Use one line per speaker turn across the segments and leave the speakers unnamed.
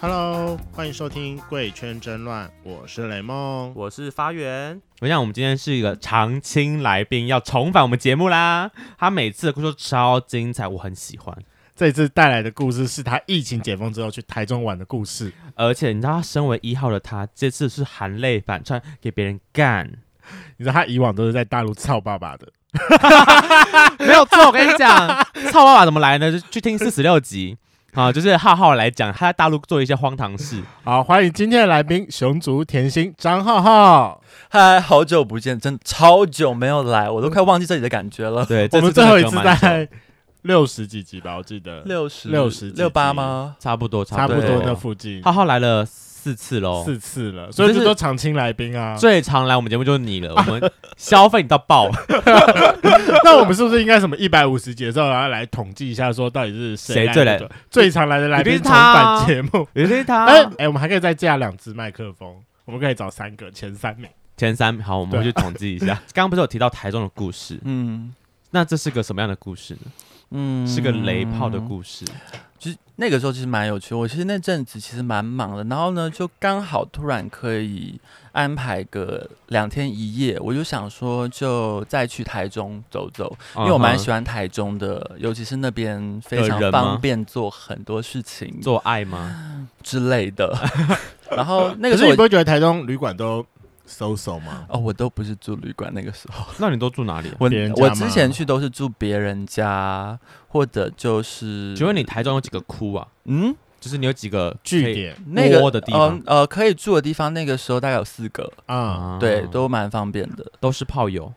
Hello，欢迎收听《贵圈争乱》，我是雷梦。
我是发源，
我想我们今天是一个常青来宾，要重返我们节目啦。他每次的故事都超精彩，我很喜欢。
这次带来的故事是他疫情解封之后去台中玩的故事。
而且你知道，他身为一号的他，这次是含泪反串给别人干，
你知道他以往都是在大陆操爸爸的，
没有错。我跟你讲，操爸爸怎么来呢？就去听四十六集。 好、就是浩浩来讲，他在大陆做一些荒唐事。
好，欢迎今天的来宾熊族甜心张浩浩。
嗨，好久不见，真的超久没有来，我都快忘记这里的感觉了。
对，
我
这
们
次
最
真
后
的
一
隔
次
蛮久
在六十几集吧，我记得
六十
60
六八吗？
差不多，
差不
对
多那附近
浩浩来了四次喽，
四次了，所以
你这
这
是
都常青来宾啊。
最常来我们节目就是你了，我们消费你到爆。
那我们是不是应该什么一百五十集的时候，然后来统计一下，说到底是
谁
来
最
的
来
最常来的来
一定
宾
是
重
他啊
返节目？
也是 他
哎、哎，我们还可以再架两支麦克风，我们可以找三个前三名。
前三好，我们回去统计一下。 刚刚不是有提到台中的故事，
嗯
那这是个什么样的故事呢？
嗯
是个雷炮的故事，
其实那个时候其实蛮有趣，我其实那阵子其实蛮忙的，然后呢就刚好突然可以安排个两天一夜，我就想说就再去台中走走，因为我
嗯
蛮喜欢台中的，尤其是那边非
啊的
常
人吗
方便做很多事情
欢做爱吗？
之类 的。然后
可
那个时
是
候
你不
我
会觉得台中旅馆都收手 吗？
哦，我都不是住旅馆那个时候。
那你都住哪里啊？
我
别人家
我
吗
之前去都是住别人家，或者就是，
请问你台中有几个窟啊？
嗯，
就是你有几个
据点
那个
窝的地方
呃呃，可以住的地方，那个时候大概有四个，
啊、
啊？
嗯对，都蛮方便的，
都是炮友，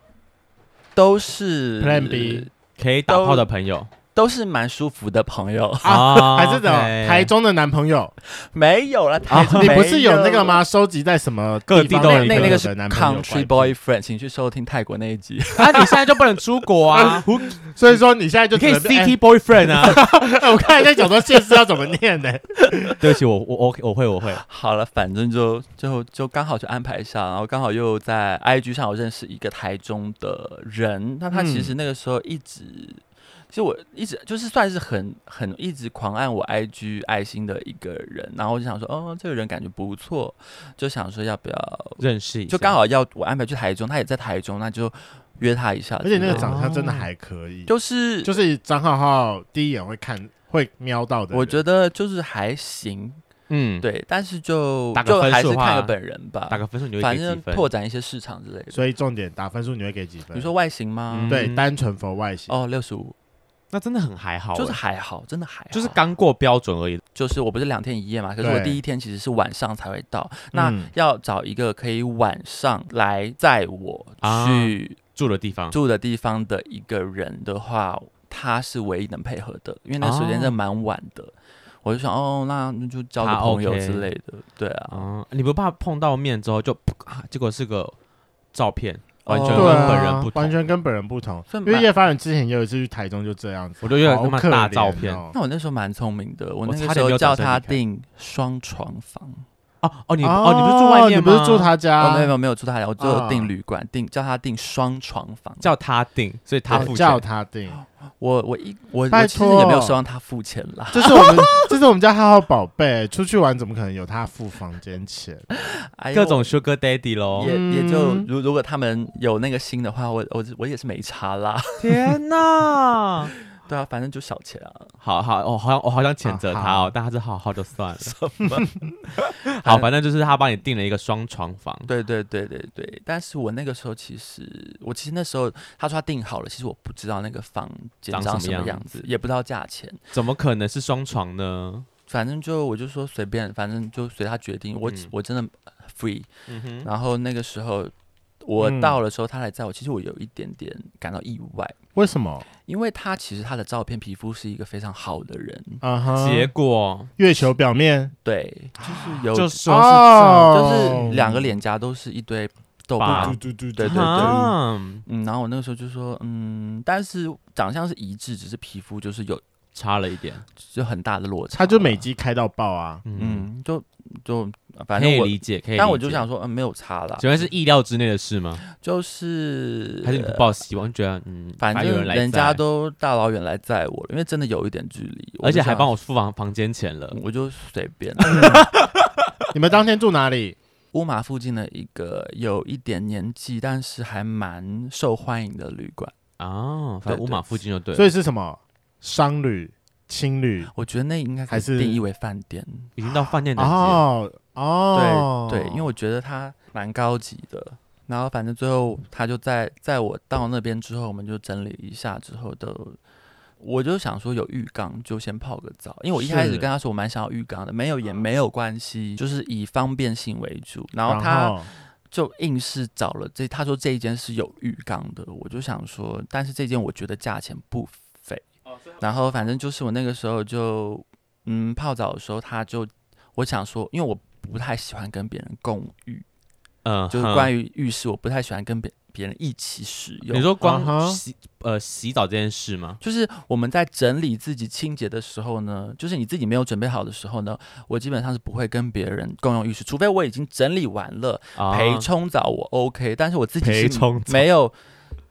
都是
Plan B
可以打炮的朋友
都是蛮舒服的朋友，
啊
还是找
OK
台中的男朋友？
没有了，台中
啊你不是
没
有那个？吗？收集在什么
各地都有
一
一
那
个
那个是
的男朋友
Country
关 系
Boyfriend，请去收听泰国那一集。
啊！你现在就不能出国 啊？
所以说你现在就
你可以
只能
CT boyfriend 啊？
哎我刚才在讲说现实要怎么念 呢、
对不起，我我我我会我会。
好了，反正就就就刚好就安排上，然后刚好又在 IG 上有认识一个台中的人，那他
嗯
其实那个时候一直，其实我一直就是算是很很一直狂按我 IG 爱心的一个人，然后我就想说，哦，这个人感觉不错，就想说要不要，
认识一下，
就刚好要我安排去台中，他也在台中，那就约他一下之
而
类
且
的，
那个长相真的还可以，
嗯就是
就是是张浩浩第一眼会看会瞄到的人。
我觉得就是还行，
嗯，
对，但是就
打个
就
分
还
数
是
的话
看个本人吧
打。个分数你就
反
会给
正
几分？
拓展一些市场之类的，
所以重点打分数你会给几分？
你说外形吗？
嗯
对，单纯否外形。
哦，六十五，
那真的很还好欸，
就是还好，真的还好。
就是刚过标准而已。
就是我不是两天一夜嘛，可是
对
我第一天其实是晚上才会到，那
嗯
要找一个可以晚上来载我
啊
去
住的地方，
住的地方的一个人的话，他是唯一能配合的，因为那个时间真的蛮晚的。我就想，哦，那那就交个
他
朋友
OK
之类的，对啊，
哦，你不怕碰到面之后就噗啊，结果是个照片，完全
哦
跟
对啊
本人不同，
完全跟本人不同。
所以
因为
蛮
叶凡人之前也有一次去台中就这样子，
我都有点
好
他妈
可
大
怜
照片
哦
那我那时候蛮聪明的，我
我
那
差
个时
点没
候
有
叫
转身
他
离开
订双床房，
哦哦，你哦你不是住外面
你
吗？
不是住他家？
哦，没有没有没有住他家，我只有
啊
订旅馆，订叫他订双床房，
叫他订，所以他
哦
付
叫
钱。
他订，
我我一我
拜
我其实也
托
没有奢望他付钱啦，
这是我们这是我们家浩浩宝贝，出去玩怎么可能有他付房间钱？
哎呦
各种 Sugar Daddy 咯！
也也就
嗯
如如果他们有那个心的话，我我我也是没差啦。
天哪！
对啊，反正就小钱啊。
好好，我好像我好想谴责他
好
哦，但他是好好就算了。 好，反正就是他帮你订了一个双床房，
对对对对对，但是我那个时候其实我其实那时候他说他订好了，其实我不知道那个房间
长
长
什
什
么
么
样
样子，也不知道价钱。
怎么可能是双床呢？
反正就我就说随便，反正就随他决定。我、
嗯
我真的 free。
嗯哼，
然后那个时候我
嗯
到的时候，他来载我，其实我有一点点感到意外，
为什么？
因为他其实他的照片皮肤是一个非常好的人，
啊哈，
结果
月球表面
对，
啊
就是有
就说是这
哦
就是两个脸颊都是一堆痘
疤
疤
嘟。嘟嘟嘟
对对对
啊
嗯嗯，然后我那个时候就说，嗯，但是长相是一致，只是皮肤就是有
差了一点，
就很大的落差。
他就每，集开到爆 啊！
嗯，
嗯，就就反
可
正
以
我，
理解，可以理解。
但我就想说，嗯，没有差啦，
请问是意料之内的事吗？
就是呃
还是你不抱希望，觉得嗯，
反
正有
正
人来
人家
载，
都大老远来载我了，因为真的有一点距离，
而且还帮
我嗯
我付房房间钱了
就想，，我就随 便
你们当天住哪里？
乌马附近的一个有一点年纪，但是还蛮受欢迎的旅馆。
哦，反正
对
五马附近就对了，
所以是什么商旅、青旅？
我觉得那应该可
还
以
是
定义为饭店，
已经到饭店等级
啊
了。
哦哦，
对对，因为我觉得它蛮高级的。然后反正最后他就在在我到那边之后，我们就整理一下之后的，我就想说有浴缸就先泡个澡，因为我一开始
是
跟他说我蛮想要浴缸的，没有也没有关系，就是以方便性为主。然后他
然后
就硬是找了这，他说这一间是有浴缸的，我就想说，但是这间我觉得价钱不菲。然后反正就是我那个时候就，嗯，泡澡的时候他就，我想说，因为我不太喜欢跟别人共浴，
嗯，
就是
哼
关于浴室，我不太喜欢跟别别人一起使用。
你说
啊
光
哈
洗呃洗澡这件事吗？
就是我们在整理自己清洁的时候呢，就是你自己没有准备好的时候呢，我基本上是不会跟别人共用浴室，除非我已经整理完了，
啊
陪冲澡我 OK，但是我自己
陪
是
冲澡
没有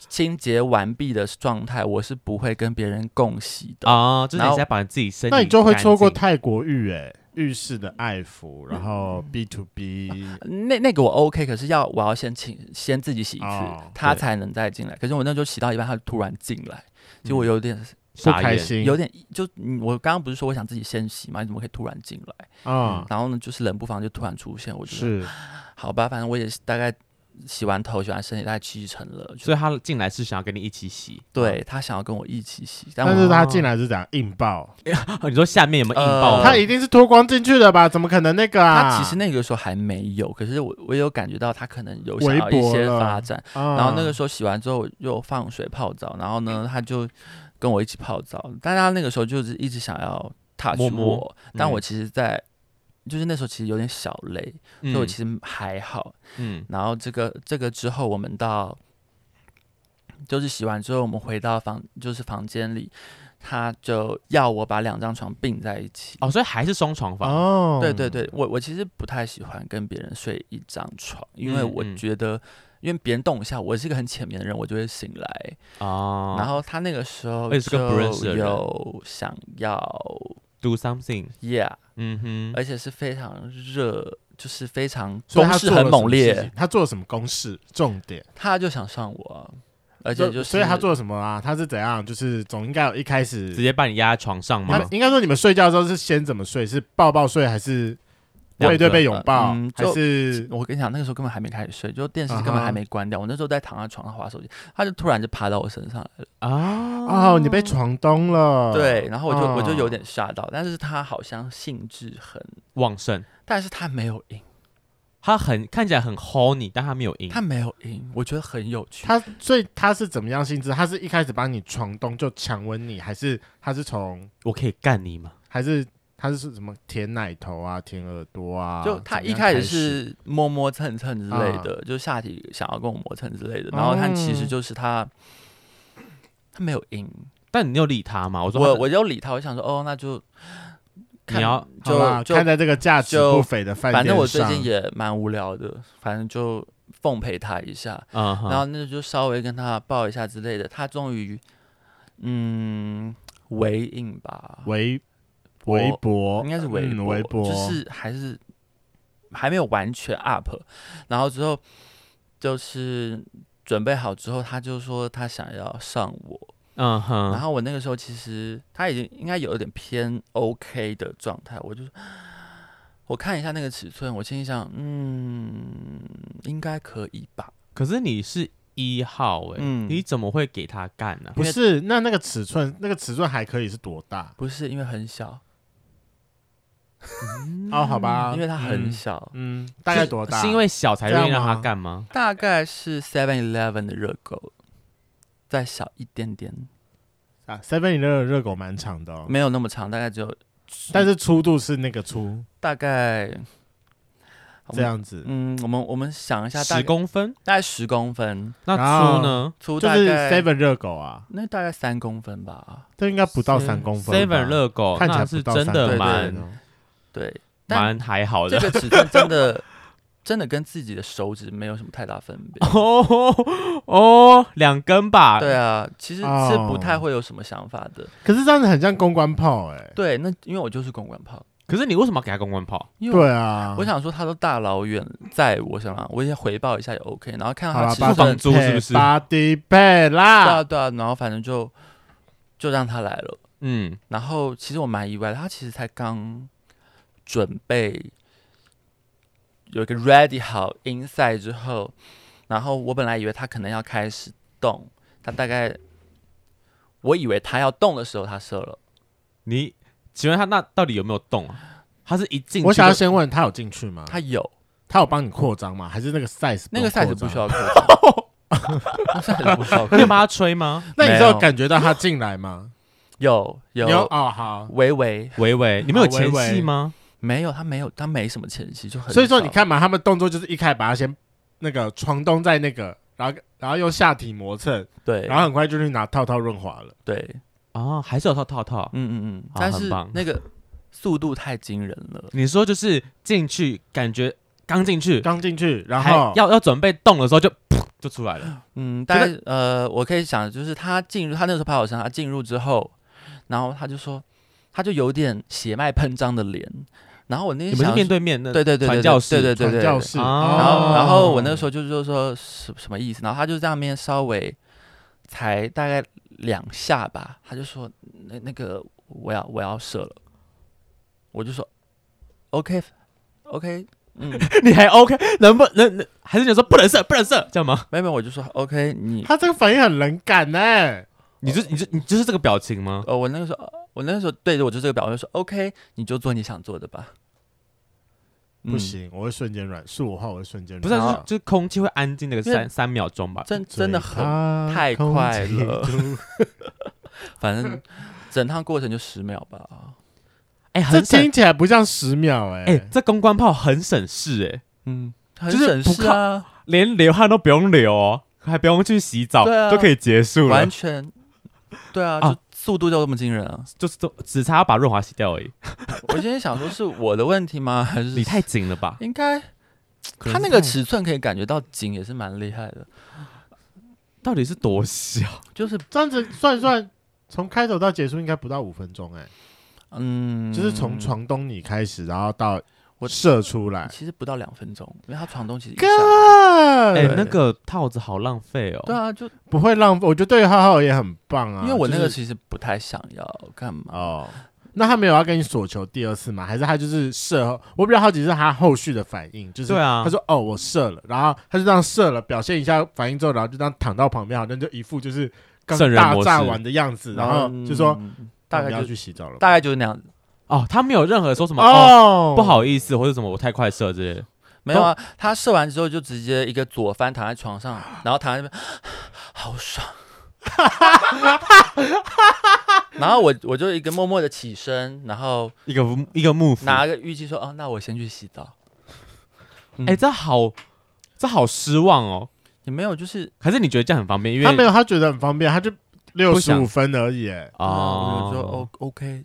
清洁完毕的状态，我是不会跟别人共洗的。
啊，就是
然
你
后
在把自己身体，
那你就会错过。泰国浴哎、浴室的爱
嗯
抚，然后 B to B，
那那个我 OK，可是要我要先请先自己洗一次，
哦
他
对嗯
才能再进来。可是我那时候洗到一半，他就突然进来，结果有点、
不
傻
开
眼
心，
有点就嗯我刚刚不是说我想自己先洗吗？你怎么可以突然进来？
啊、
然后呢，就是冷不防就突然出现，我觉得
是
好吧，反正我也是大概洗完头、洗完身体，大概七成了。就
所以啊他进来是想要跟你一起洗，
对他想要跟我一起洗，但
但
我
是他进来是怎样硬爆？
啊你说下面有没有硬爆？
呃
他一定是脱光进去的吧？怎么可能那个啊？
他其实那个时候还没有，可是我我有感觉到他可能有想
微
要一
薄
些
了
发展。
嗯
啊，
然后那个时候洗完之后我又放水泡澡，然后呢他就跟我一起泡澡，但他那个时候就是一直想要 touch
摸摸
我，但
嗯
我其实在，就是那时候其实有点小累，
嗯
所以我其实还好。
嗯
然后这个这个之后我们到。就是洗完之后，我们回到房，就是房间里，他就要我把两张床并在一起。
哦，所以还是双床房
哦，
对对对，我我其实不太喜欢跟别人睡一张床，因为
嗯
我
嗯
觉得，因为别人动一下，我是一个很浅眠的人，我就会醒来。
哦，
嗯然后他那个时候
而且是跟不认识的
就
人
有想要
do something，
，yeah，
嗯哼，
而且是非常热，就是非常
所以
攻
他
势
做了
很
什么
猛
事
烈
情，，他做了什么公式？重点，
他就想上我啊，而且就是
所以他做了什么啊？他是怎样？就是总应该有一开
直
始，
接把你压在床上
他
吗？
应该说你们睡觉的时候是先怎么睡？是抱抱睡还是
两
背对
个
背拥抱，
嗯就
还是
我跟你讲，那个时候根本还没开始睡，就电视根本
啊哈
还没关掉。我那时候在躺在床上划手机，他就突然就爬到我身上来了。
啊
哦，你被床咚了？
对，然后我就、我就有
哦
点吓到，但是他好像兴致很，
旺盛，
但是他没有赢，
他很看起来很 horny，但他没有硬，
他没有赢，我觉得很有趣。
他所以他是怎么样性质？他是一开始把你床咚就强吻你，还是他是从
我可以干你吗？
还是他是什么舔奶头啊、舔耳朵啊？
就他
怎么
一
样
开
开啊
始是摸摸蹭蹭之类的，就下体想要跟我磨蹭之类的，然后他
嗯
其实就是他，他没有赢，
但你有理他吗？我说
我
他
我就理他，我想说哦，那就
你
看
要
好啦
就就
看在这个价值
就
不菲的饭店
反正我最
上
近也蛮无聊的，反正就奉陪他一下，
嗯
啊
哼，
然后那就稍微跟他抱一下之类的，他终于嗯回应吧，
微微博
应该是微
嗯
博，
微博
就是还是还没有完全 up，然后之后就是准备好之后，他就说他想要上我，
嗯哼，
然后我那个时候其实他已经应该有一点偏 OK 的状态，我就我看一下那个尺寸，我心里想，嗯，应该可以吧，
可是你是一号哎、
嗯
你怎么会给他干呢、
不是那那个尺寸，那个尺寸还可以是多大？
不是因为很小，
哦，好吧，
嗯因为它很
嗯
小，
嗯，大概多大？
是因为小才愿意
这
让
样吗
他干吗？
大概是 Seven Eleven 的热狗，再小一点点，
啊，seven 的热狗蛮长的哦，
没有那么长，大概只有，
但是粗度是那个粗，
大概
这样子？
嗯，我们我们想一下，大
十
概
公分，
大概十公分
那
然后
粗呢？
粗，
就
大
是
概
seven 热狗啊，
那大概三公分吧。
这应该不到三公分吧。
Seven 热
哦
狗
看起来
那
不
是
到
真
3
公
的
分
蛮
哦
对，但
蛮还好
这
的
个尺寸真的 真的跟自己的手指没有什么太大分别。
哦哦，两根吧，
对啊，其实是
哦
不太会有什么想法的。
可是这样子很像公关炮哎、
对，那因为我就是公关炮，
可是你为什么要给他公关炮？
因为我
对啊，
我想说他都大老远在我身上，我也回报一下也 OK。然后看到
好
他
了，
尺
把
不
寸
绑，住是不是
八 D 配
对
啊啦
啊，对啊，然后反正就就让他来了。
嗯，
然后其实我蛮意外的，他其实才刚准备有一个 ready 好 inside 之后，然后我本来以为他可能要开始动，他大概我以为他要动的时候他射了，
你请问他那到底有没有动啊？他是一进去
我想要
就
先问他有进去吗？
他有
他有帮你扩张吗？还是那个 size
嗯那个 size
用扩
不
张
需？要扩张， 那 size 不需要
你
扩
有
张，
帮他吹吗？
那你
没
知道
有
感觉到他进来吗？
有
你有
有
哦，好。
微微
维维， 你们有
好维
前
维
戏吗？
没有，他没有，他没什么前期就很少，
所以说你看嘛，他们动作就是一开始把他先那个床咚在那个，然后然后用下体磨蹭，
对
然后很快就去拿套套润滑了。
对，
啊，还是有套套套。
嗯嗯嗯，
好
但
很
是
棒
那个速度太惊人了。
你说就是进去感觉刚进去，
刚进去，然
还
后
要要准备动的时候就 噗就出来了，
嗯，
觉
大
得
概呃，我可以想，就是他进入，他那时候拍我身上，他进入之后，然后他就说，他就有点血脉喷张的脸，然后我那
你
天
们是
想要
面对面那
对对对
传
对
教
对对
士
对对
传
对
教，士，
啊
然后然后我那
哦
个时候就是就说什什么意思，然后他就在那边稍微才大概两下吧，他就说那那个我要我要射了，我就说 OK OK，嗯，
你还 OK？能不能能还是你说不能射不能射这样吗？
没有没有，我就说 OK，你
他这个反应很冷感呢、
你就你就你就是这个表情吗？
呃，我那个时候，我那个时候对着我就这个表，我就说 OK，你就做你想做的吧。嗯
不，行，我会瞬间软，是我的话我会瞬间软
不是啊，
然
就
后
是就是空气会安静那个
因为
三三秒钟吧。
真真的
嘴
很，
巴
太
空
快
气
了
中
反正整趟过程就十秒吧。啊
哎，
这
很省
听起来不像十秒哎、
哎，这公关炮很省事哎，
嗯，很
就是
省
不
事啊，
连流汗都不用流哦，还不用去洗澡
对啊
就可以结束了
完，全。对啊，
啊
就速度就这么惊人 啊！
就是都只差把润滑洗掉而已。
我今天想说是我的问题吗？还是
你太紧了吧？
应该？
可
他
能
那
是
个
太
尺寸可以感觉到紧，也是蛮厉害的。
到底是多小？
就是
这样子算一算，从开头到结束应该不到五分钟哎、
嗯，
就是从床东你开始，然后到
我
射出来，
其实不到两分钟，因为他床东其实一
哥
下，
哎，
对
那个套子好浪费哦。
对啊，就
不会浪费。我觉得对于浩浩也很棒啊，
因为我那个
就是
其实不太想要干嘛。
哦。那他没有要跟你索求第二次吗？还是他就是射后？我比较好奇是他后续的反应，就是
对啊
他说哦我射了，然后他就这样射了，表现一下反应之后，然后就这样躺到旁边，好像就一副就是刚
圣人
大
模式
炸完的样子，然后就说、
嗯
那
大
我们
概
要
就
去洗澡了吧，
大概就是那样子，
哦，他没有任何说什么哦
哦
不，好意思或者什么我太快射之类的。
没有啊。他射完之后就直接一个左翻躺在床上，然后躺在那边，好 爽。然后我我就一个默默的起身，然后
一个一个幕府，
拿个浴巾说：“哦，那我先去洗澡。嗯
哎、这好，这好失望哦。”
也没有，就是
可是你觉得这样很方便，因为
他没有，他觉得很方便，他就六
不
十五
想
分而已。哎
啊，
哦
我，就说 O OK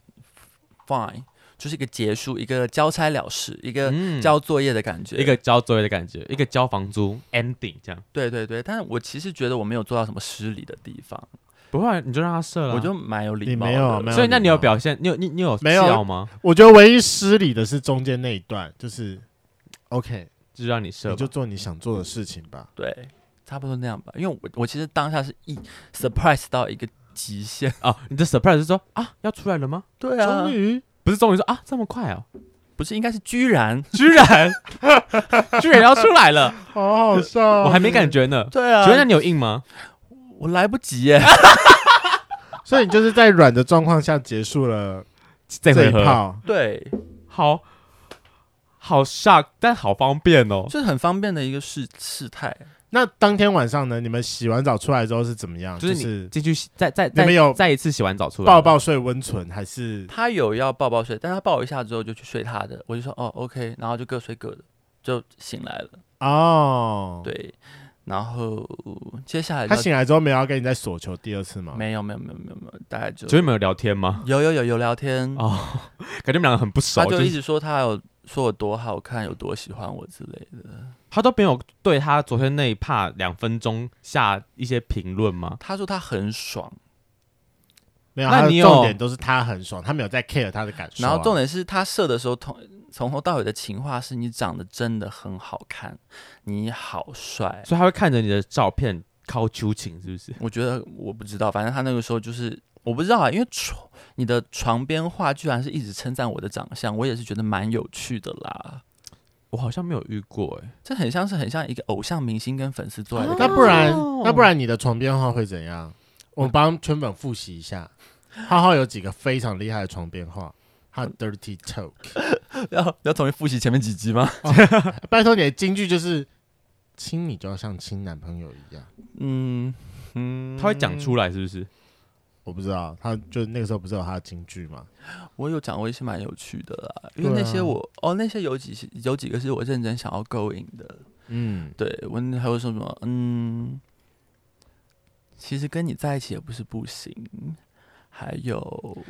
fine，就是一个结束，一个交差了事，一个
嗯
交作业的感觉。
一个交作业的感觉，一个交房租 ending 这样，
对对对，但是我其实觉得我没有做到什么失礼的地方，
不会你就让他射了啊、
我就蛮有礼
你
貌
没
的。
有没
所以那你有
礼貌
表现，你有你你有
没有
笑吗？
我觉得唯一失礼的是中间那一段，就是 OK，
就让你射
你
吧，
就做你想做的事情吧。
对，差不多那样吧。因为我我其实当下是一 surprise 到一个极限。
哦，你的 surprise 是说啊要出来了吗？
对
终于，
不是终于说啊这么快哦，
不是应该是居然？
居然 居然要出来了，
好好笑哦，
我还没感觉呢。
对啊
觉得那你有硬吗？
我来不及 耶。
所以你就是在软的状况下结束了
这
这
回
一
合
炮。
对，
好好 shock，但好方便哦。
就是很方便的一个事事态。
那当天晚上呢？你们洗完澡出来之后是怎么样？
就
就是
你
是
进去洗再再
你们
再
有
再一次洗完澡出来吗
抱抱睡温存，还是
他有要抱抱睡，但他抱一下之后就去睡他的，我就说哦 OK，然后就各睡各的。就醒来了。
哦，，
对，然后接下来
他
就
醒来之后没有要跟你再索求第二次吗？
没有没有没有没有没有，大概就
昨天没有聊天吗？
有有有有聊天，
哦，感觉你们两个很不熟，
他就
就
一
是
直说他有说我多好看，有多喜欢我之类的。
他都没有对他昨天那一趴两分钟下一些评论吗？
他说他很爽，
没有，
那
他的
你有
重点都是他很爽，他没有在 care 他的感受啊、
然后重点是他射的时候，从从头到尾的情话是你长得真的很好看，你好帅。
所以他会看着你的照片靠秋情，是不是？
我觉得我不知道，反正他那个时候就是我不知道啊，因为床你的床边话居然是一直称赞我的长相，我也是觉得蛮有趣的啦。
我好像没有遇过哎、
这很像是很像一个偶像明星跟粉丝做爱的
啊
感
那
觉。
不然
哦，
那不然你的床边话会怎样？我帮圈粉复习一下，浩浩有几个非常厉害的床边话，他
嗯
dirty talk。
要要重新复习前面几集吗？
拜托你的金句就是亲你就要像亲男朋友一样。
嗯嗯，
他会讲出来是不是？
我不知道，他就那个时候不是有他的金句吗？
我有讲过一些蛮有趣的啦，因为
对
那
啊
些我、哦，那些有几些有几个是我认真想要勾引的。
嗯，
对我那还有说什么？嗯，其实跟你在一起也不是不行。还有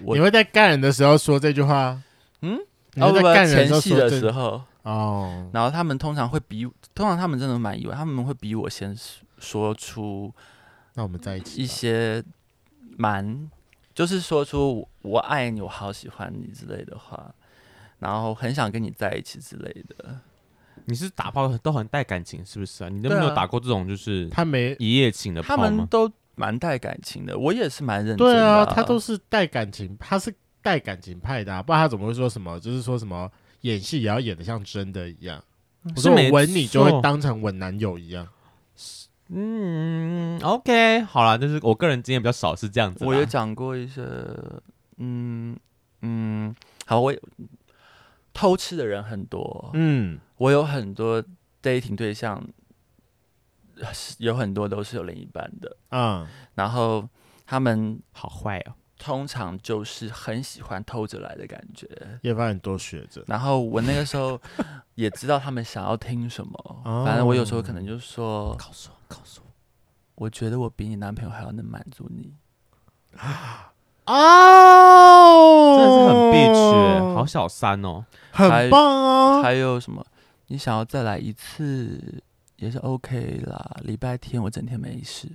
我
你会在干人的时候说这句话？
嗯，
你会
不
在
不
干人
前
时候
戏
说
的
这
时候，
哦，
然后他们通常会比，通常他们真的蛮意外，他们会比我先说出
那我们在一起吧
一些蛮，就是说出我我爱你，我好喜欢你之类的话，然后很想跟你在一起之类的。
你是打炮都很带感情是不是啊？你都没
对啊
有打过这种就是
他没
一夜情的
他
炮
们
吗？
都蛮带感情的，我也是蛮认真的、
对啊，他都是带感情，他是带感情派的、啊，不然他怎么会说什么？就是说什么演戏也要演的像真的一样。我
是
说
没
我吻你就会
错
当成吻男友一样。
嗯，OK，好啦，就是我个人经验比较少是这样子啦。
我也讲过一些，嗯嗯，好，我也偷吃的人很多，
嗯，
我有很多 dating 对象，呃是有很多都是有另一半的，
啊、
然后他们
好坏哦，
通常就是很喜欢偷着来的感觉。
叶凡你多学着。
然后我那个 时候也知道他们想要听什么，
哦
反正我有时候可能就说，
告诉我，告诉我。
我觉得我比你男朋友还要能满足你。
哦，
真的是很 bitch，、好小三哦。
很棒哦。
还有什么？你想要再来一次也是 OK 啦。礼拜天我整天没事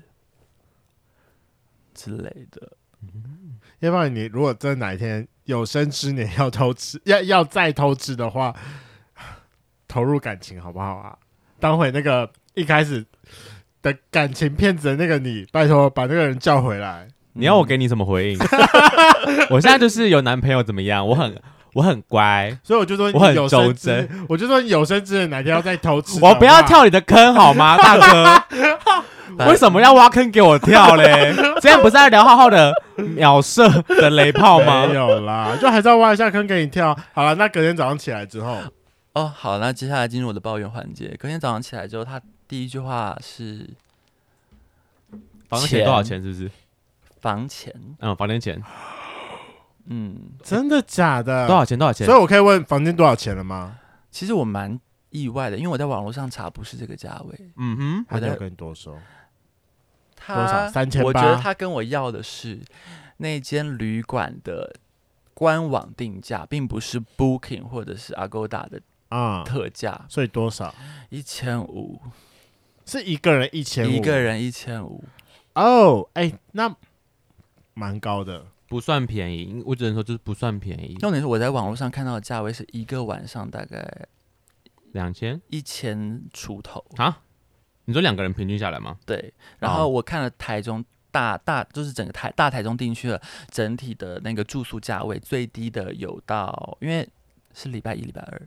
之类的。
要不然你如果真的哪一天有生之年要偷吃，要要再偷吃的话，投入感情好不好啊？当回那个一开始的感情骗子的那个你，拜托把那个人叫回来。
嗯
你要我给你什么回 应？我现在就是有男朋友怎么样？我 很我很乖，
所以我就说你
我很
有生
忠
之年，我就说你有生之年哪天要再偷吃，
我不要。跳你的坑好 吗，大哥？为什么要挖坑给我跳嘞？ 之前不是在聊浩浩的秒射的雷炮吗
没？有啦，就还是要挖一下坑给你跳。好了，那隔天早上起来之后，
哦，好，那接下来进入我的抱怨环节。隔天早上起来之后，他第一句话是
房间钱多少钱？是不是？
房钱，
嗯，房间钱
嗯，
真的假的？
多少钱？多少钱
所以？我可以问房间多少钱了吗？
其实我蛮意外的，因为我在网络上查不是这个价位。
嗯
还
我
没
在
有跟你多说。
他
多少3800
我觉得他跟我要的是那间旅馆的官网定价，并不是 Booking 或者是 Agoda 的
啊、
特价，
所以多少？
一千五，
是一个人一千五，
一个人一千五。
哦，哎、那蛮高的，
哼，不算便宜，我只能说就是不算便宜，
重点是我在网络上看到的价位是一个晚上大概
两千
一千出头。
啊？你说两个人平均下来吗？
对，然
哦
后我看了台中大大，就是整个台大台中地区的整体的那个住宿价位，最低的有到，因为是礼拜一、礼拜二，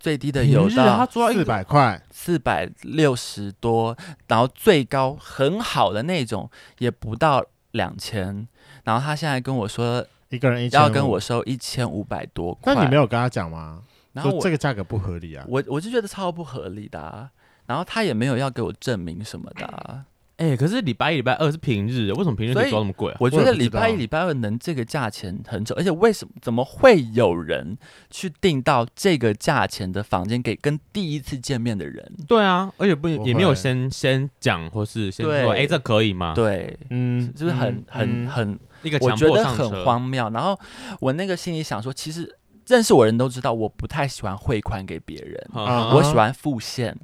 最低的有
平日啊他
啊
到
做到一
四百块，
四百六十多，然后最高很好的那种也不到两千，然后他现在跟我说
一个人一千，
要跟我，收一千五百多块，
那你没有跟他讲吗？
然后
说
我
这个价格不合理啊，
我我就觉得超不合理的、啊，然后他也没有要给我证明什么的、啊。
哎、可是礼拜一、礼拜二是平日，为什么平日可
所
以
以
抓那么贵啊？
我觉
哎我也
得
不
礼
知
拜一、
道
礼拜二能这个价钱很久，而且为什么怎么会有人去订到这个价钱的房间给跟第一次见面的人？
对啊，而且不
不
也没有
会
先先讲，或是先说，
对
哎、这可以吗？，
对，
嗯
是不是很、很
啊嗯
很？
一个
我
强
觉
迫
得
上车，
很荒谬。然后我那个心里想说，其实认识我的人都知道，我不太喜欢汇款给别人，
嗯
啊
哼
我喜欢付现。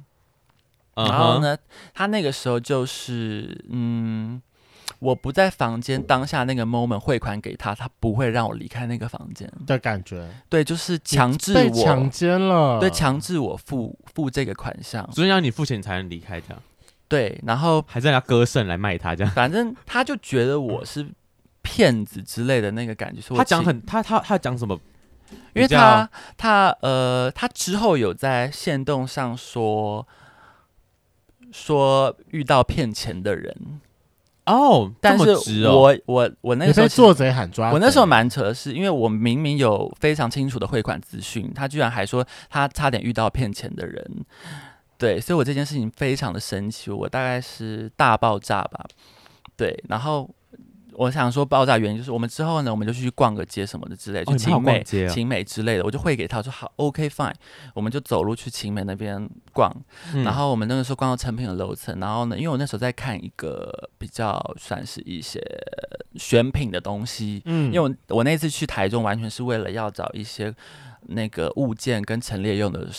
嗯
然后
哼
呢，他那个时候就是，嗯，我不在房间当下那个 moment 汇款给他，他不会让我离开那个房间。
的感觉，
对，就是强制
被
我，
强奸了，
对，强制我付付这个款项。
所以要你付钱才能离开，这样
对，然后
还是要割肾来卖他这样。
反正他就觉得我是骗子之类的那个感觉。所以我
他讲
其
很他他他讲什么？
因
比
为
较
他他呃，他之后有在线动上说说遇到骗钱的人，
哦，这
但
么
是
直哦，
我我我那
你
个时
被
候其实
做贼喊
啊
抓贼，
我那时候蛮扯的是，因为我明明有非常清楚的汇款资讯，他居然还说他差点遇到骗钱的人，对，所以我这件事情非常的生气，我大概是大爆炸吧，对，然后我想说爆炸原因就是我们之后呢，我们就去逛个街什么的之类，
哦你们还
去
有
晴美、
逛街啊
晴美之类的，我就汇给他，我说好，OK fine，我们就走路去晴美那边逛，
嗯
然后我们那个时候逛到成品的楼层，然后呢，因为我那时候在看一个比较算是一些选品的东西，
嗯
因为我我那次去台中完全是为了要找一些那个物件跟陈列用的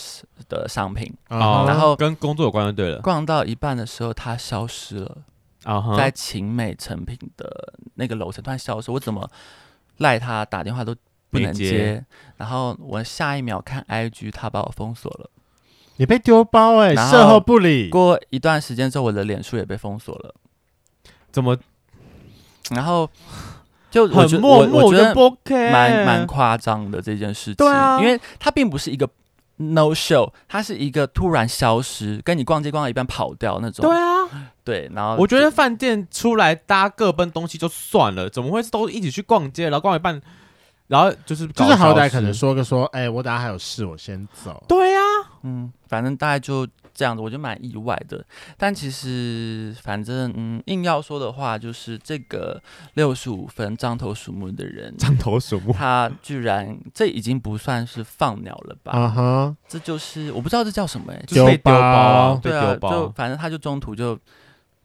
的商品，
啊
哦，
然后
跟工作有关就对了，
逛到一半的时候它消失了，
啊哈，
在晴美成品的那个楼层突然消失，我怎么赖他打电话都不
没
能
接
接，然后我下一秒看 IG 他把我封锁了，
你被丢包哎，
然后
售后不
嗯
理，
过一段时间之后我的脸书也被封锁了。
怎么
然 后就我觉
很
得
默
我
默
我觉
的
得
OK，
蛮蛮夸张的这件事情，
嗯对啊
因为它并不是一个 no show，它是一个突然消失，跟你逛街逛到一半跑掉那种，
对啊，
对然后
我觉得饭店出来大家各奔东西就算了，怎么会都一起去逛街，然后逛一半，然后就是
就
搞
是好
消
歹
失
可能说个说，哎，我等下还有事，我先走。
对啊，
嗯，反正大概就这样子，我就蛮意外的。但其实反正嗯，硬要说的话，就是这个六十五分獐头鼠目的人。
獐头鼠 目，
他居然，这已经不算是放鸟了吧？
啊哈，
这就是我不知道这叫什么哎、欸，
就是被丢包啊，被
对啊，
丢
就
包，
反正他就中途就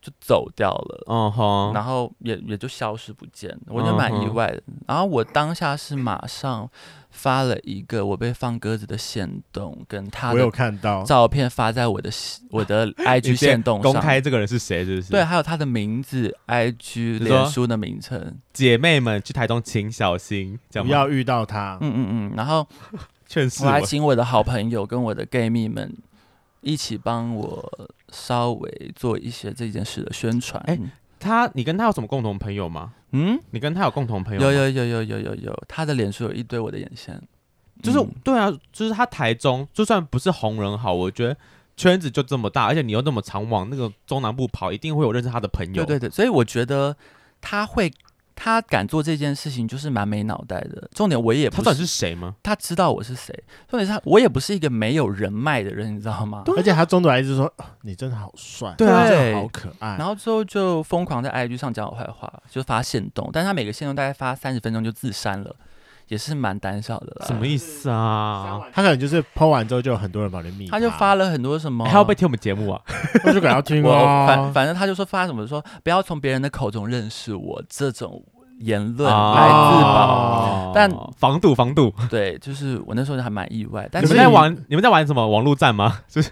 就走掉了，
嗯哼，
然后也也就消失不见，我就
嗯
蛮意
哼
外的。然后我当下是马上发了一个我被放鸽子的线动，跟他
我有
的
看到，
照片发在我的我的 IG
你先
线动上，
公开这个人是谁，是不是？
对，，啊还有他的名字、IG、
你说
脸书的名称，
姐妹们去台东请小心，这样
不
吗
要遇到他，
嗯嗯嗯。然后
劝世
我还
我。
请我的好朋友跟我的 gay 蜜们。一起帮我稍微做一些这件事的宣传。
哎他，你跟他有什么共同朋友吗？
嗯，
你跟他有共同朋友吗？
有有有有有有有，他的脸书有一堆我的眼线，
就是、
嗯
对啊，就是他台中，就算不是红人好，我觉得圈子就这么大，而且你又那么常往那个中南部跑，一定会有认识他的朋友。
对对对，所以我觉得他会，他敢做这件事情就是蛮没脑袋的。重点我也
他
不
到底
是
是谁吗？
他知道我是谁，重点是他我也不是一个没有人脉的人，你知道吗？
而且他中途还一直说啊你真的好帅，
对啊
你真的好可爱
然。后之后就疯狂在 IG 上讲我坏话，就发限动，但是他每个限动大概发三十分钟就自删了，也是蛮胆小的啦。
什么意思啊？
他可能就是剖完之后，就有很多人跑来密
他就发，了很多什
呃
么，
还要被听我们节目啊？
我就给他听
我我
哦
反。反正他就说发什么说不要从别人的口中认识我这种言论
啊
来自保。但
防堵防堵，
对，就是我那时候还蛮意外，但
你
是
们在玩你们在玩什么网络战吗？ 就是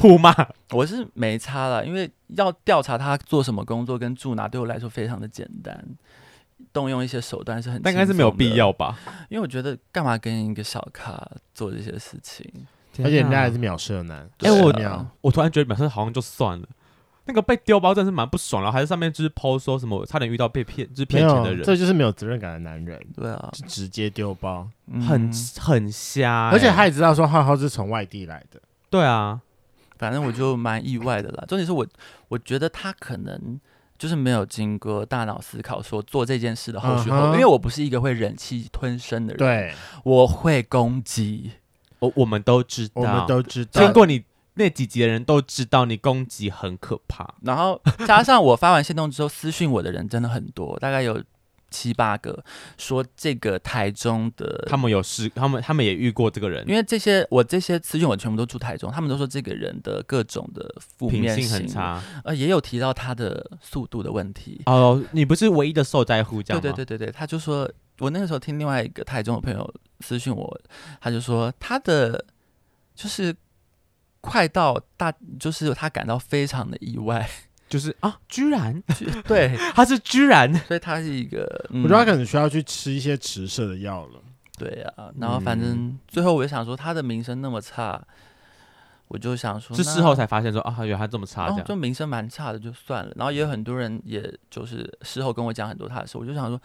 互骂，
我是没差了，因为要调查他做什么工作跟住哪，对我来说非常的简单。动用一些手段是很，
但应该是没有必，要吧？
因为我觉得干嘛跟一个小咖做这些事情？
而且人家还是秒射男，
哎我
对啊
我突然觉得表示好像就算了，那个被丢包真的是蛮不爽，然后还是上面就是抛说什么我差点遇到被骗，就是
没
骗钱的
有，
人，
这就是没有责任感的男人，
对啊，
就直接丢包，
嗯
很很瞎欸、
而且他也知道说浩浩是从外地来的，
对啊，
反正我就蛮意外的啦。重点是我，我觉得他可能就是没有经过大脑思考，说做这件事的后续后
嗯
果
哼
因为我不是一个会忍气吞声的人，
对，
我会攻击。
我我们都知道，啊
我们都知道
经。过你那几集的人都知道你攻击很可怕，
然后加上我发完线动之后，私讯我的人真的很多，大概有七八个，说这个台中的
他们有试，他们他们也遇过这个人，
因为这些我这些私讯我全部都住台中，他们都说这个人的各种的负
品
面
性很
行为，
差。
呃，也有提到他的速度的问题。
哦，你不是唯一的受灾户，这样
对
吗？
对对对对，他就说，我那个时候听另外一个台中的朋友私讯我，他就说他的就是快到大，就是他感到非常的意外，
就是啊，居然
对，
他是居然，
所以他是一个，嗯
我觉得他可能需要去吃一些迟射的药了。
对啊，然后反正最后我就想说，他的名声那么差，我就想说
是
那
事后才发现说啊，原来他这么差这
哦
样，。
就名声蛮差的，就算了。然后也有很多人，也就是事后跟我讲很多他的事，我就想说，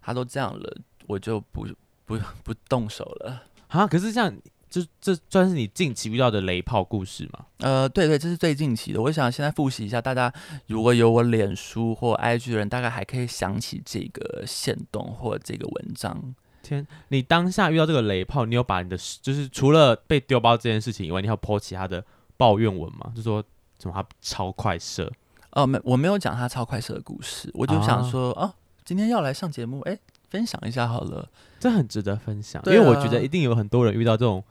他都这样了，我就不不不动手了。
啊，可是这样，这这算是你近期遇到的雷炮故事吗？
呃，对对，这是最近期的。我想现在复习一下，大家如果有我脸书或 IG 的人，大概还可以想起这个线动或这个文章。
天，你当下遇到这个雷炮，你有把你的就是除了被丢包这件事情以外，你还有抛其他的抱怨文吗？就说什么他超快射，
哦，没，我没有讲他超快射的故事，我就想
啊
说，哦，今天要来上节目，哎，分享一下好了。
这很值得分享，因
对啊
为我觉得一定有很多人遇到这种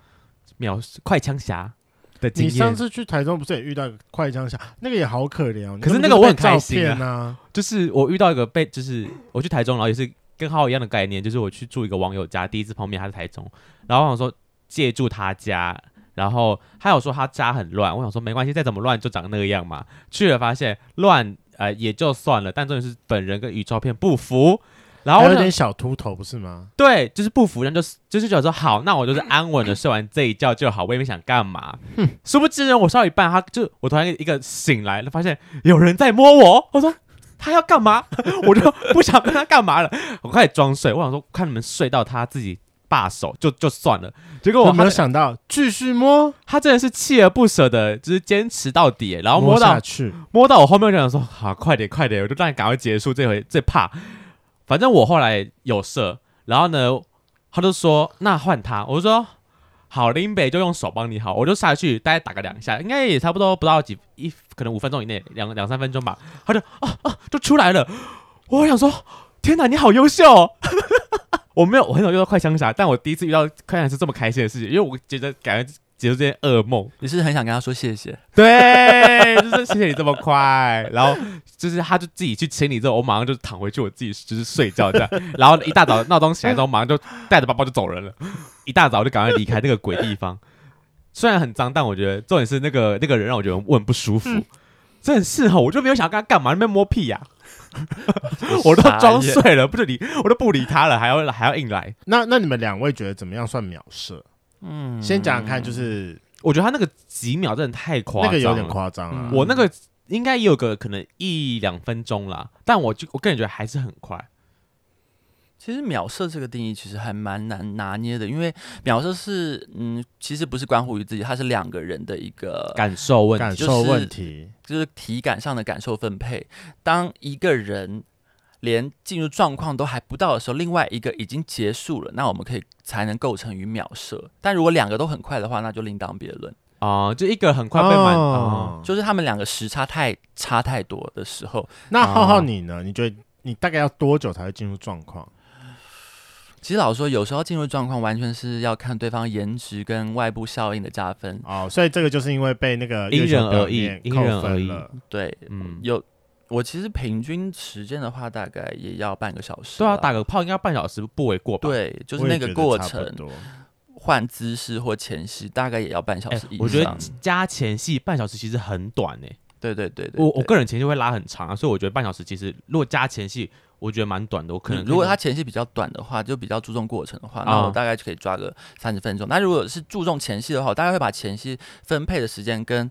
秒快枪侠的经
你上
验，
次去台中不是也遇到一个快枪侠，那个也好可怜哦。
可是
你
那个我很
就是被
开心啊
照片啊，
就是我遇到一个被，就是我去台中，然后也是跟浩一样的概念，就是我去住一个网友家，第一次碰面他在台中，然后我想说借住他家，然后他有说他家很乱，我想说没关系，再怎么乱就长那个样嘛。去了发现乱，呃也就算了，但重点是本人跟与照片不符，然后
还
我
有
想
点小秃头不是吗？
对，就是不服，然后就是就是觉得说好，那我就是
嗯
安稳的睡完这一觉就好，我也没想干嘛。殊不知呢，我睡到一半，他就我突然一个醒来，发现有人在摸我，我说他要干嘛？ 我就不想跟他干嘛了，我开始装睡，我想说看你们睡到他自己罢手就就算了。结果
我
我
没
他
有想到继续摸，
他真的是锲而不舍的，就是坚持到底，然后摸
摸
到
下去，
摸到我后面，我就想说，好、快点，快点，我就让你赶快结束这回这怕。反正我后来有射，然后呢，他就说那换他，我就说好，林北就用手帮你好，我就下去大概打个两下，应该也差不多不到几一，可能五分钟以内，两两三分钟吧，他就啊啊就出来了。我想说，天哪，你好优秀、哦！ 我没有，我很少遇到快枪侠，但我第一次遇到快枪侠是这么开心的事情，因为我觉得感觉结束这件噩梦。
你是很想跟他说 谢谢？
对，就是谢谢你这么快。然后就是他就自己去清理之后，我马上就躺回去，我自己就是睡觉这样。然后一大早闹钟起来之后，马上就带着包包就走人了。 一大早就赶快离开那个鬼地方。 虽然很脏，但我觉得重点是那个那个人让我觉得我很不舒
嗯
服。这很适哦合，我就没有想要跟他干嘛，那边摸屁呀、我都装
傻眼
睡了，不是理，我都不理他了，还要还要硬来。
那那你们两位觉得怎么样算秒射？
嗯
先讲讲看，就是
我觉得他那个几秒真的太夸张啊嗯
那
了，
个有点夸张啊。
我那个应该也有个可能一两分钟啦，但我就我个人觉得还是很快。
其实秒射这个定义其实还蛮难拿捏的，因为秒射是嗯，其实不是关乎于自己，它是两个人的一个
感受问
感
题，
受问题，
就是体感上的感受分配。当一个人连进入状况都还不到的时候，另外一个已经结束了，那我们可以才能构成于秒射。但如果两个都很快的话，那就另当别论。
啊、就一个很快被满啊、
哦
就是他们两个时差太差太多的时候，
那浩浩
哦
你呢？你觉得你大概要多久才会进入状况？
其实老实说，有时候进入状况完全是要看对方颜值跟外部效应的加分。
哦，所以这个就是因为被那个
因
月球
人而
表
异
面
因
扣
人
分
而异
了
对，
嗯，
有我其实平均时间的话，大概也要半个小时
对
啦。
啊，打个炮应该要半小时不为过吧？
对，就是
我也
那
觉
个
得
过
差不
程，
多
换姿势或前戏，大概也要半小
哎
时以上。
我觉得加前戏半小时其实很短诶、
对对对对，
我我
对
个人前戏会拉很长啊，所以我觉得半小时其实如果加前戏，我觉得蛮短的。我可能
嗯如果他前戏比较短的话，就比较注重过程的话，那
啊
我大概就可以抓个三十分钟。那如果是注重前戏的话，我大概会把前戏分配的时间跟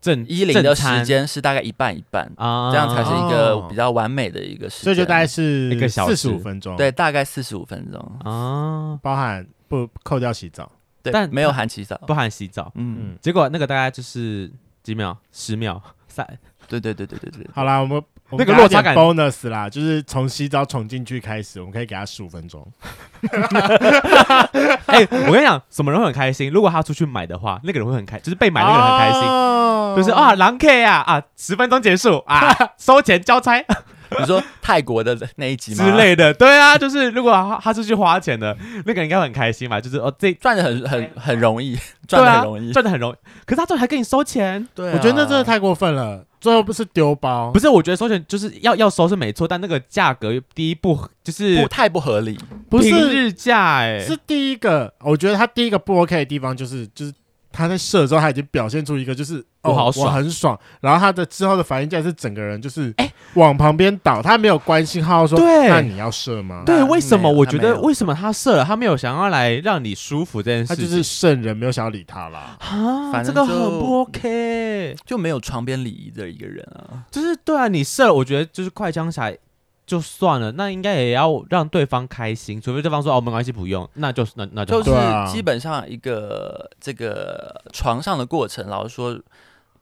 正
一零的时间是大概一半一半，
啊，
这样才是一个
哦
比较完美的一个时间。
所以就大概是
一个小时
四十五分钟，
对，，大概四十五分钟，
啊，
包含不扣掉洗澡，
对，
但
没有含起澡。
不含洗澡。
嗯，
嗯，
结果那个大概就是几秒，十秒，三
对对对对对对，
好啦，我们我们
那个
给他
落差
点
感
bonus 啦，就是从洗澡冲进去开始，我们可以给他十五分钟。
哎、我跟你讲，什么人会很开心？如果他出去买的话，那个人会很开，就是被买那个人很开心，
哦心
就是啊，狼 K 啊啊，十分钟结束啊，收钱交差
你说泰国的那一集吗
之，类的。对啊，就是如果他他出去花钱的，那个人应该会很开心吧？就是哦，这
赚的很很很容易，
对
赚的
啊
很容易。
赚的很容易，可是他最后还跟你收钱。
对啊
我觉得那真的太过分了。最后不是丢包，
不
是
是，我觉得收钱就是要要收是没错，但那个价格第一步就是
不太不合理。
不
平
是
日价哎、
是第一个，我觉得他第一个不 OK 的地方就是就是。他在射的时候，他已经表现出一个就是
我
哦
好爽
我很爽。然后他的之后的反应竟然是整个人就是往旁边倒，他没有关心浩浩说：“
哎对
那你要射吗？”
对，
那
为什
没
么？
有
我
他
觉
没
得
有
为什么他射了，他没有想要来让你舒服这件
他
事
就
情？
是圣人，没有想要理他 啦。
啊，
反
这
正
个很
就
不 OK。
就没有床边礼仪的一个人啊。
就是对啊，你射了，我觉得就是快枪侠就算了，那应该也要让对方开心，除非对方说哦没关系不用，那就那那就
就
好
是
对啊
基本上一个这个床上的过程，老实说，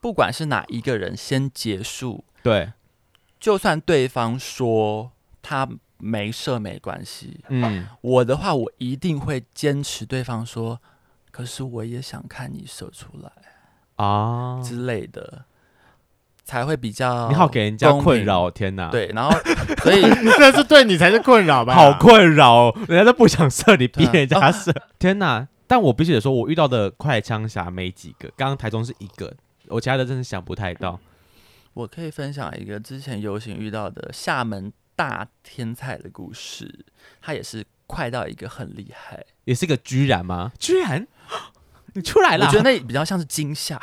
不管是哪一个人先结束，
对，
就算对方说他没射没关系，
嗯，
我的话我一定会坚持对方说，可是我也想看你射出来
啊，
之类的，才会比较
你好给人啊家
公平
困。扰，天哪，，
对，然后所以
这是对你才是困扰吧？
好困扰哦，人家都不想射，你逼
对啊
人家 射，天哪！但我必须得说，我遇到的快枪侠没几个，刚刚台中是一个，我其他的真是想不太到。
我可以分享一个之前游行遇到的厦门大天才的故事，他也是快到一个很厉害，
也是个居然吗？居然， 你出来了？
我觉得那比较像是惊吓。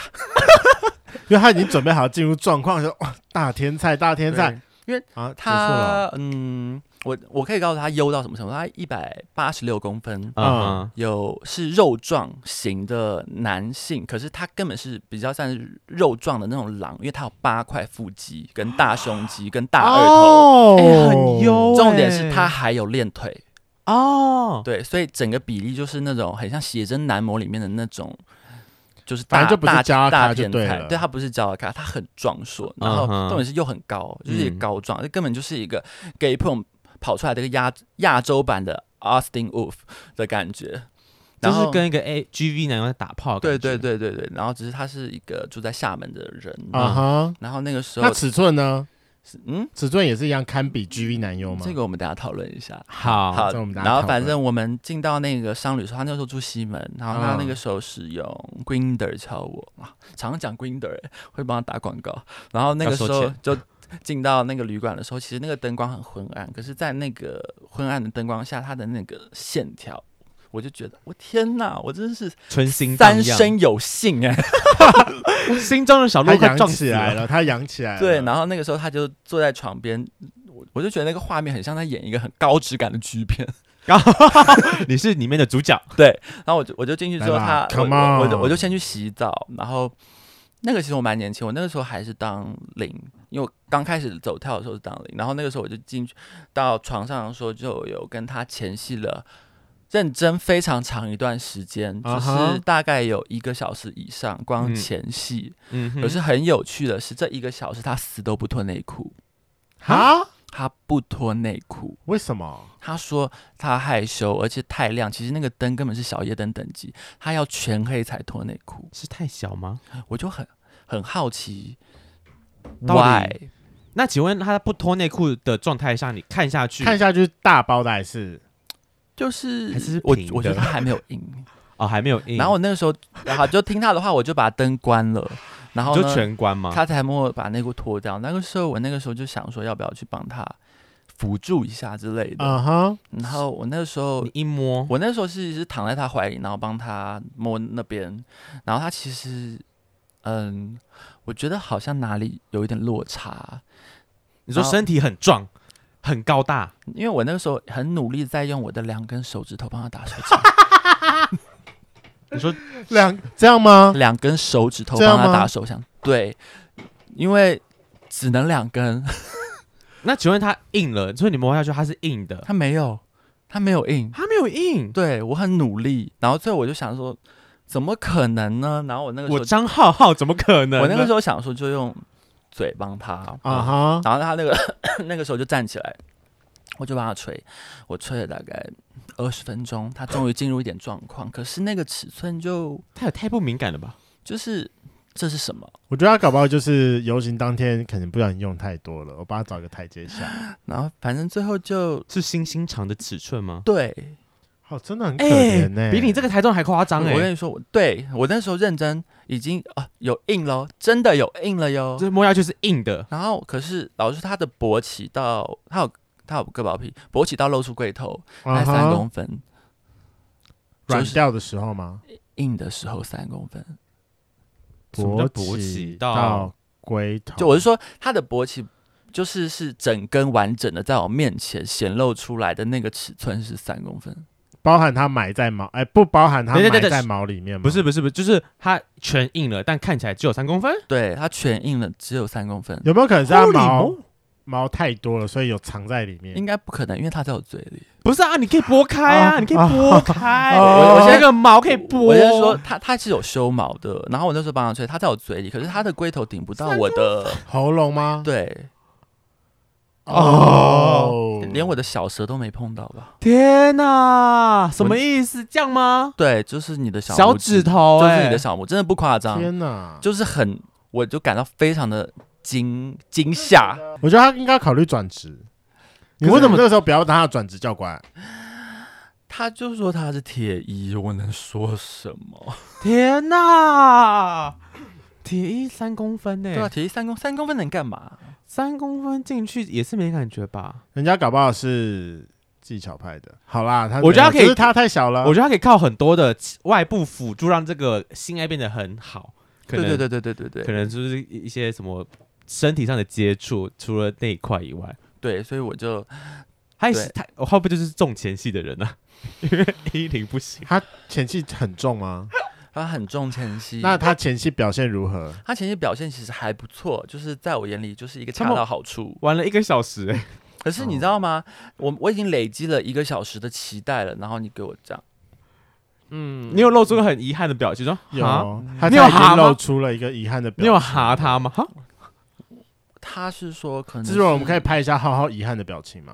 因为他已经准备好进入状况，说哇，大天菜，大天菜
对
啊，结束了
他嗯，我我可以告诉他优到什么程度，他一百八十六公分。
嗯
有是肉壮型的男性，可是他根本是比较像是肉壮的那种狼，因为他有八块腹肌、跟大胸肌、跟大二头。
哦
哎很优哦
重点是他还有练腿，
哼，哦，
对，所以整个比例就是那种很像写真男模里面的那种，就是
反正
大
就不是
大
加拉卡
大
就
片
对
菜
了
对他不是加拉卡，他很壮硕，然后
嗯哼
重点是又很高，就是也
嗯
高壮，这根本就是一个 gay p o 跑出来的一个亚亚洲版的 Austin Wolf 的感觉，
就
然
是
后
跟一个 A G V 男友在打炮，
对对，对对对，然后只是他是一个住在厦门的人，嗯
啊哈。
然后那个时候
那尺寸呢？
嗯，
尺寸也是一样，堪比 GV 男优吗？
这个我们等一下讨论一下。
好
好
这我们等一下
然
讨论
后反正我们进到那个商旅的时候，他那时候住西门，然后他
嗯
那个时候使用 Grinder 敲我，哇，常常讲 Grinder，欸会帮他打广告。然后那个时
要收
候
钱
就进到那个旅馆的时候，其实那个灯光很昏暗，可是，在那个昏暗的灯光下，它的那个线条。我就觉得，我天哪，我真是
春心荡
三
漾，
生有幸哎、
心中的 小鹿
他
快
扬
撞
起
死
来
了。
了，他扬起来了。
对，然后那个时候他就坐在床边，我我就觉得那个画面很像在演一个很高质感的剧片。
你是里面的主角，
对，然后我就我就进去之后
来吧
他，我
come
我我就
on
我就先去洗澡，然后那个其实我蛮年轻，我那个时候还是当零，因为我刚开始走跳的时候是当零，然后那个时候我就进去到床上的时候就有跟他前戏了。认真非常长一段时间，就
啊哈
是大概有一个小时以上，光
嗯
前戏。
嗯哼，
可是很有趣的是，这一个小时他死都不脱内裤，
啊？
他不脱内裤。
为什么？
他说他害羞，而且太亮，其实那个灯根本是小夜灯等级，他要全黑才脱内裤。
是太小吗？
我就很很好奇
到底
，why？
那请问他不脱内裤的状态下，你看下去，
看下去大包的还是
就是
还是
我
平
我觉得
的
他还没有 赢。
哦还没有印，
然后我那个时候，然后就听他的话，我就把灯关了，然后
你
呢
就全关吗？
他才默默把内裤脱掉。那个时候我那个时候就想说，要不要去帮他辅助一下之类的。
啊哈？
然后我那个时候
你一摸，
我那时候是是躺在他怀里，然后帮他摸那边，然后他其实，嗯，我觉得好像哪里有一点落差，
你说
然后
身体很壮，很高大，
因为我那个时候很努力在用我的两根手指头帮他打手 指，
你 说
两这样吗？
两根手指头
这样
帮他
吗
打手枪，对，因为只能两根，
那请问他硬了，所以你摸下去他是硬的，
他没有，他没有硬，
他没有硬，
对我很努力，然后最后我就想说，怎么可能呢？然后我那个时
我
候
张浩浩怎么可能呢？
我那个时候想说，就用嘴帮他。
啊哈，
然后他那个 那个时候就站起来，我就帮他吹，我吹了大概二十分钟，他终于进入一点状况。可是那个尺寸就
他也太不敏感了吧？
就是这是什么？
我觉得他搞不好就是游行当天可能不小心用太多了，我帮他找个台阶下。
然后反正最后就是
星星长的尺寸吗？哎
对，
好，哦真的很可怜呢、嗯
比你这
个
个台中还夸张哎！
欸我跟你说，我对我那时候认真已经啊有印喽，真的有印了哟。
这摸下去是硬的，
然后可是老师他的勃起到他有他有个包皮，勃起到露出龟头，才哎
啊
三公分，
软
就是
掉的时候吗？
硬的时候三公分。
什么叫
勃
勃
起
起
到龟头，
就我是说，他的勃起就是是整根完整的在我面前显露出来的那个尺寸是三公分，
包含它埋在毛，哎、不包含它
对对
埋
对对
在毛里面吗？
不是，不是不是，就是它全硬了，但看起来只有三公分。
对，它全硬了只有三公分，
有没有可能是它
Holy
毛
mo-
毛太多了，所以有藏在里面
应？该不可能，因为它在我嘴里。
不是啊，你可以拨开啊，
啊
你可以拨开。
啊
我我现
啊
在个毛可以拨，
我就是说，它它是有修毛的，然后我那时候帮他吹，它在我嘴里，可是它的龟头顶不到我的，
喉咙吗？
对，
哦，
连我的小舌都没碰到吧？
天哪，什么意思？这样吗？
对，就是你的小
小
拇
指，头
就是
哎，
你的小拇，真的不夸张，
天哪！
啊就是很，我就感到非常的惊惊吓。
我觉得他应该考虑转职。你
可是
为什么那个时候不要当他的转职教官？
他就说他是铁一，我能说什 么？
天哪，铁一三公分呢、
对啊，铁一三公三公分能干嘛？
三公分进去也是没感觉吧？
人家搞不好是技巧派的。好啦，他
我觉得他可以
只是他太小了。
我觉得它可以靠很多的外部辅助，让这个性爱变得很好。可
对
能
对对对对对
可
对
能就是一些什么身体上的接触，除了那一块以外，
对，所以我就
他也
对
是他，我会不会就是重前戏的人呢、啊？ 因为一零不行，
前期很重吗？
嗯
他很重前戏。
那他前期表现如何？
他前期表现其实还不错，就是在我眼里就是一个恰
他们
到好处。
玩了一个小时、欸，
可是你知道吗？我我已经累积了一个小时的期待了，然后你给我这样，
嗯
你有露出个很遗憾的表情，说哈，
有，他
你有
他已经
哈吗
露出了一个遗憾的表
你
情。
有哈他吗？哈，
他是说可能
制作人，
是
我们可以拍一下浩浩遗憾的表情吗？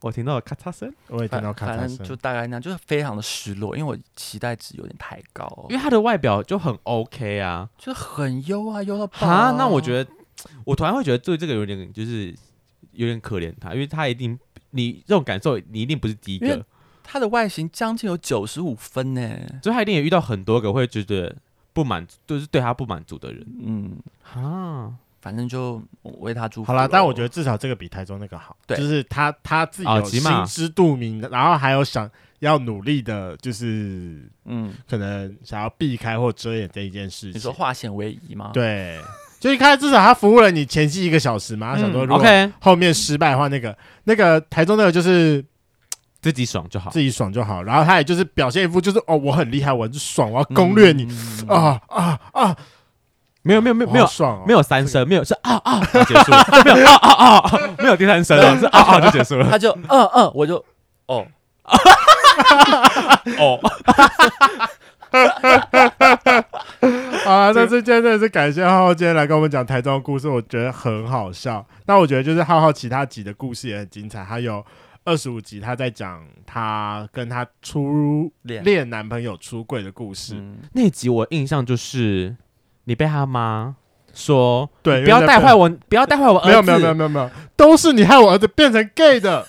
我听到了咔嚓声，
我也听到
反
咔
反
嚓
正就
声。
大概那样，就是非常的失落，因为我期待值有点太高，
因为他的外表就很 OK 啊，
就是很优啊，优到爆、
哈，那我
得
觉得我突然会觉得对这个有点就是有点可怜他，因为他一定你这种感受你一定不是第一
因
个
为，他的外形将近有九十五分呢。
所以他一定也遇到很多个会觉得不满足，就是对他不满足的人
嗯，
哈。
反正就我为他祝福。
好啦，但我觉
得，
得至少这个比台中那个好，
对
就是他他自己
哦
有
起
心
码
知肚明，然后还有想要努力的，就是
嗯，
可能想要避开或遮掩这一件事
你
情
说。化险为夷吗？，
对，就一开始至少他服务了你前期一个小时嘛，他想说
嗯
如果
OK，
后面失败的话，那个那个台中那个就是
自己爽就好
自。己爽就好，然后他也就是表现一副就是哦我很厉害，我很爽，我要攻略
嗯
你、啊啊啊，
没有没有没有没有
好爽、哦，
没有三声，没有是啊 啊就结束了，没有啊啊啊啊，没有第三声了，是啊啊就结束了。
他就嗯嗯，我就哦，
哦，
好啊，那这今天真的是感谢浩浩今天来跟我们讲台中的故事，我觉得很好笑。那我觉得就是浩浩其他集的故事也很精彩，还有二十五集他在讲他跟他初
脸
恋男朋友出柜的故事。
嗯
那集我印象就是你被他妈说
对，
不要带坏
我，
我，不要带坏我儿子，
没有没有没有，没有没有，都是你害我儿子变成 gay 的。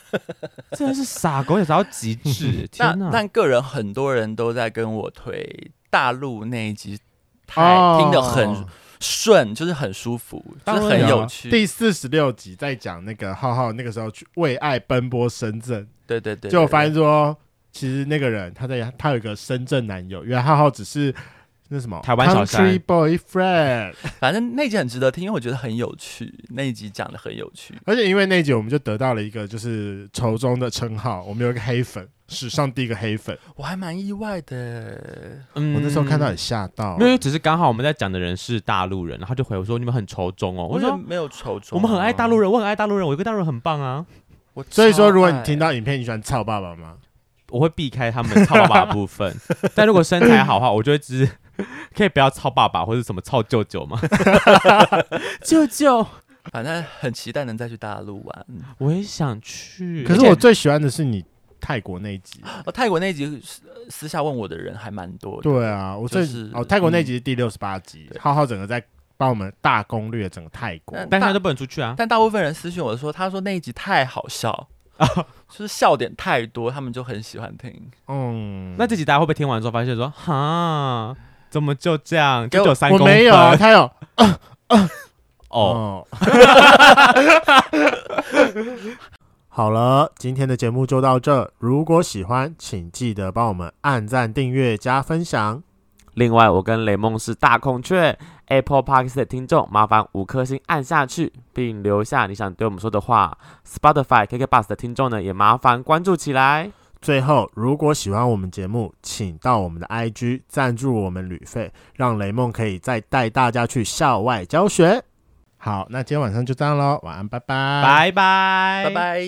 真的是傻狗也傻到极 致，
那
天哪！
但个人很多人都在跟我推大陆那一集，
哦
太哎听得很顺，就是很舒服，就
当
是
然
很
有
有趣。
哦啊第四十六集在讲那个浩浩那个时候去为爱奔波深圳，
对对对，
就
对
我发现说，其实那个人他在他有一个深圳男友，原来浩浩只是那什么
台湾小三
country boyfriend，
对反正那集很值得听，因为我觉得很有趣，那一集讲的很有趣。
而且因为那一集我们就得到了一个就是仇中的称号，我们有一个黑粉，史上第一个黑粉，
我还蛮意外的，
嗯
我那时候看到也吓到
没，有，只是刚好我们在讲的人是大陆人，然后就回我说你们很仇中哦，我
觉得
说
没有仇中啊，
我们很爱大陆人，我很爱大陆人，我一个大陆人很棒啊，
我
所以说，
超
如果你
爱
听到影片，你喜欢操爸爸吗？
我会避开他们操爸爸的 部分，但如果身材好的话，我就会只是 可以不要操爸爸或者什么操舅舅 吗？舅舅，
反正很期待能再去大陆玩。
我也想去。
可是我最喜欢的是你泰国那一集。
哦，泰国那集私私下问我的人还蛮多的，
对啊，我最、
就是
哦，泰国
嗯
那集是第六十八集，
对
浩浩整个在帮我们大攻略整个泰国。
但
但是他都不能出去啊。
但大部分人私讯我说，他说那一集太好笑，就是笑点太多，他们就很喜欢听。
嗯，
那这集大家会不会听完之后发现说，哈，怎么就这样？
给
就
我
只有三
我
公分
没有啊，嗯他有
哦，
嗯 好了，今天的节目就到这。如果喜欢，请记得帮我们按赞、订阅、加分享。
另外，我跟雷梦是大孔雀 Apple Park 的听众，麻烦五颗星按下去，并留下你想对我们说的话。Spotify KK Bus 的听众呢，也麻烦关注起来。
最后，如果喜欢我们节目，请到我们的 IG 赞助我们旅费，让雷梦可以再带大家去校外教学。好，那今天晚上就这样喽，晚安，拜拜，
拜拜，
拜。拜。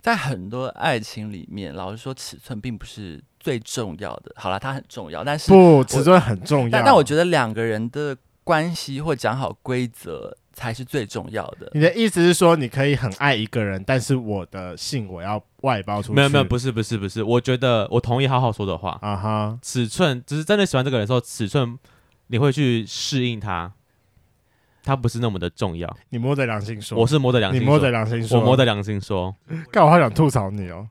在很多爱情里面，老实说，尺寸并不是最重要的。好啦，它很重要，但是
不，尺寸很重要。
但但我觉得两个人的关系或讲好规则才是最重要的。
你的意思是说，你可以很爱一个人，但是我的性我要外包出去。
没有没有，不是不是不是，我觉得我同意浩浩说的话，
啊哈，
尺寸只是真的喜欢这个人的时候，尺寸你会去适应他，他不是那么的重要。
你摸着良心说，
我是摸着良
你
心说，
摸着良心说，
我摸着良心说，
干，我好想吐槽你哦。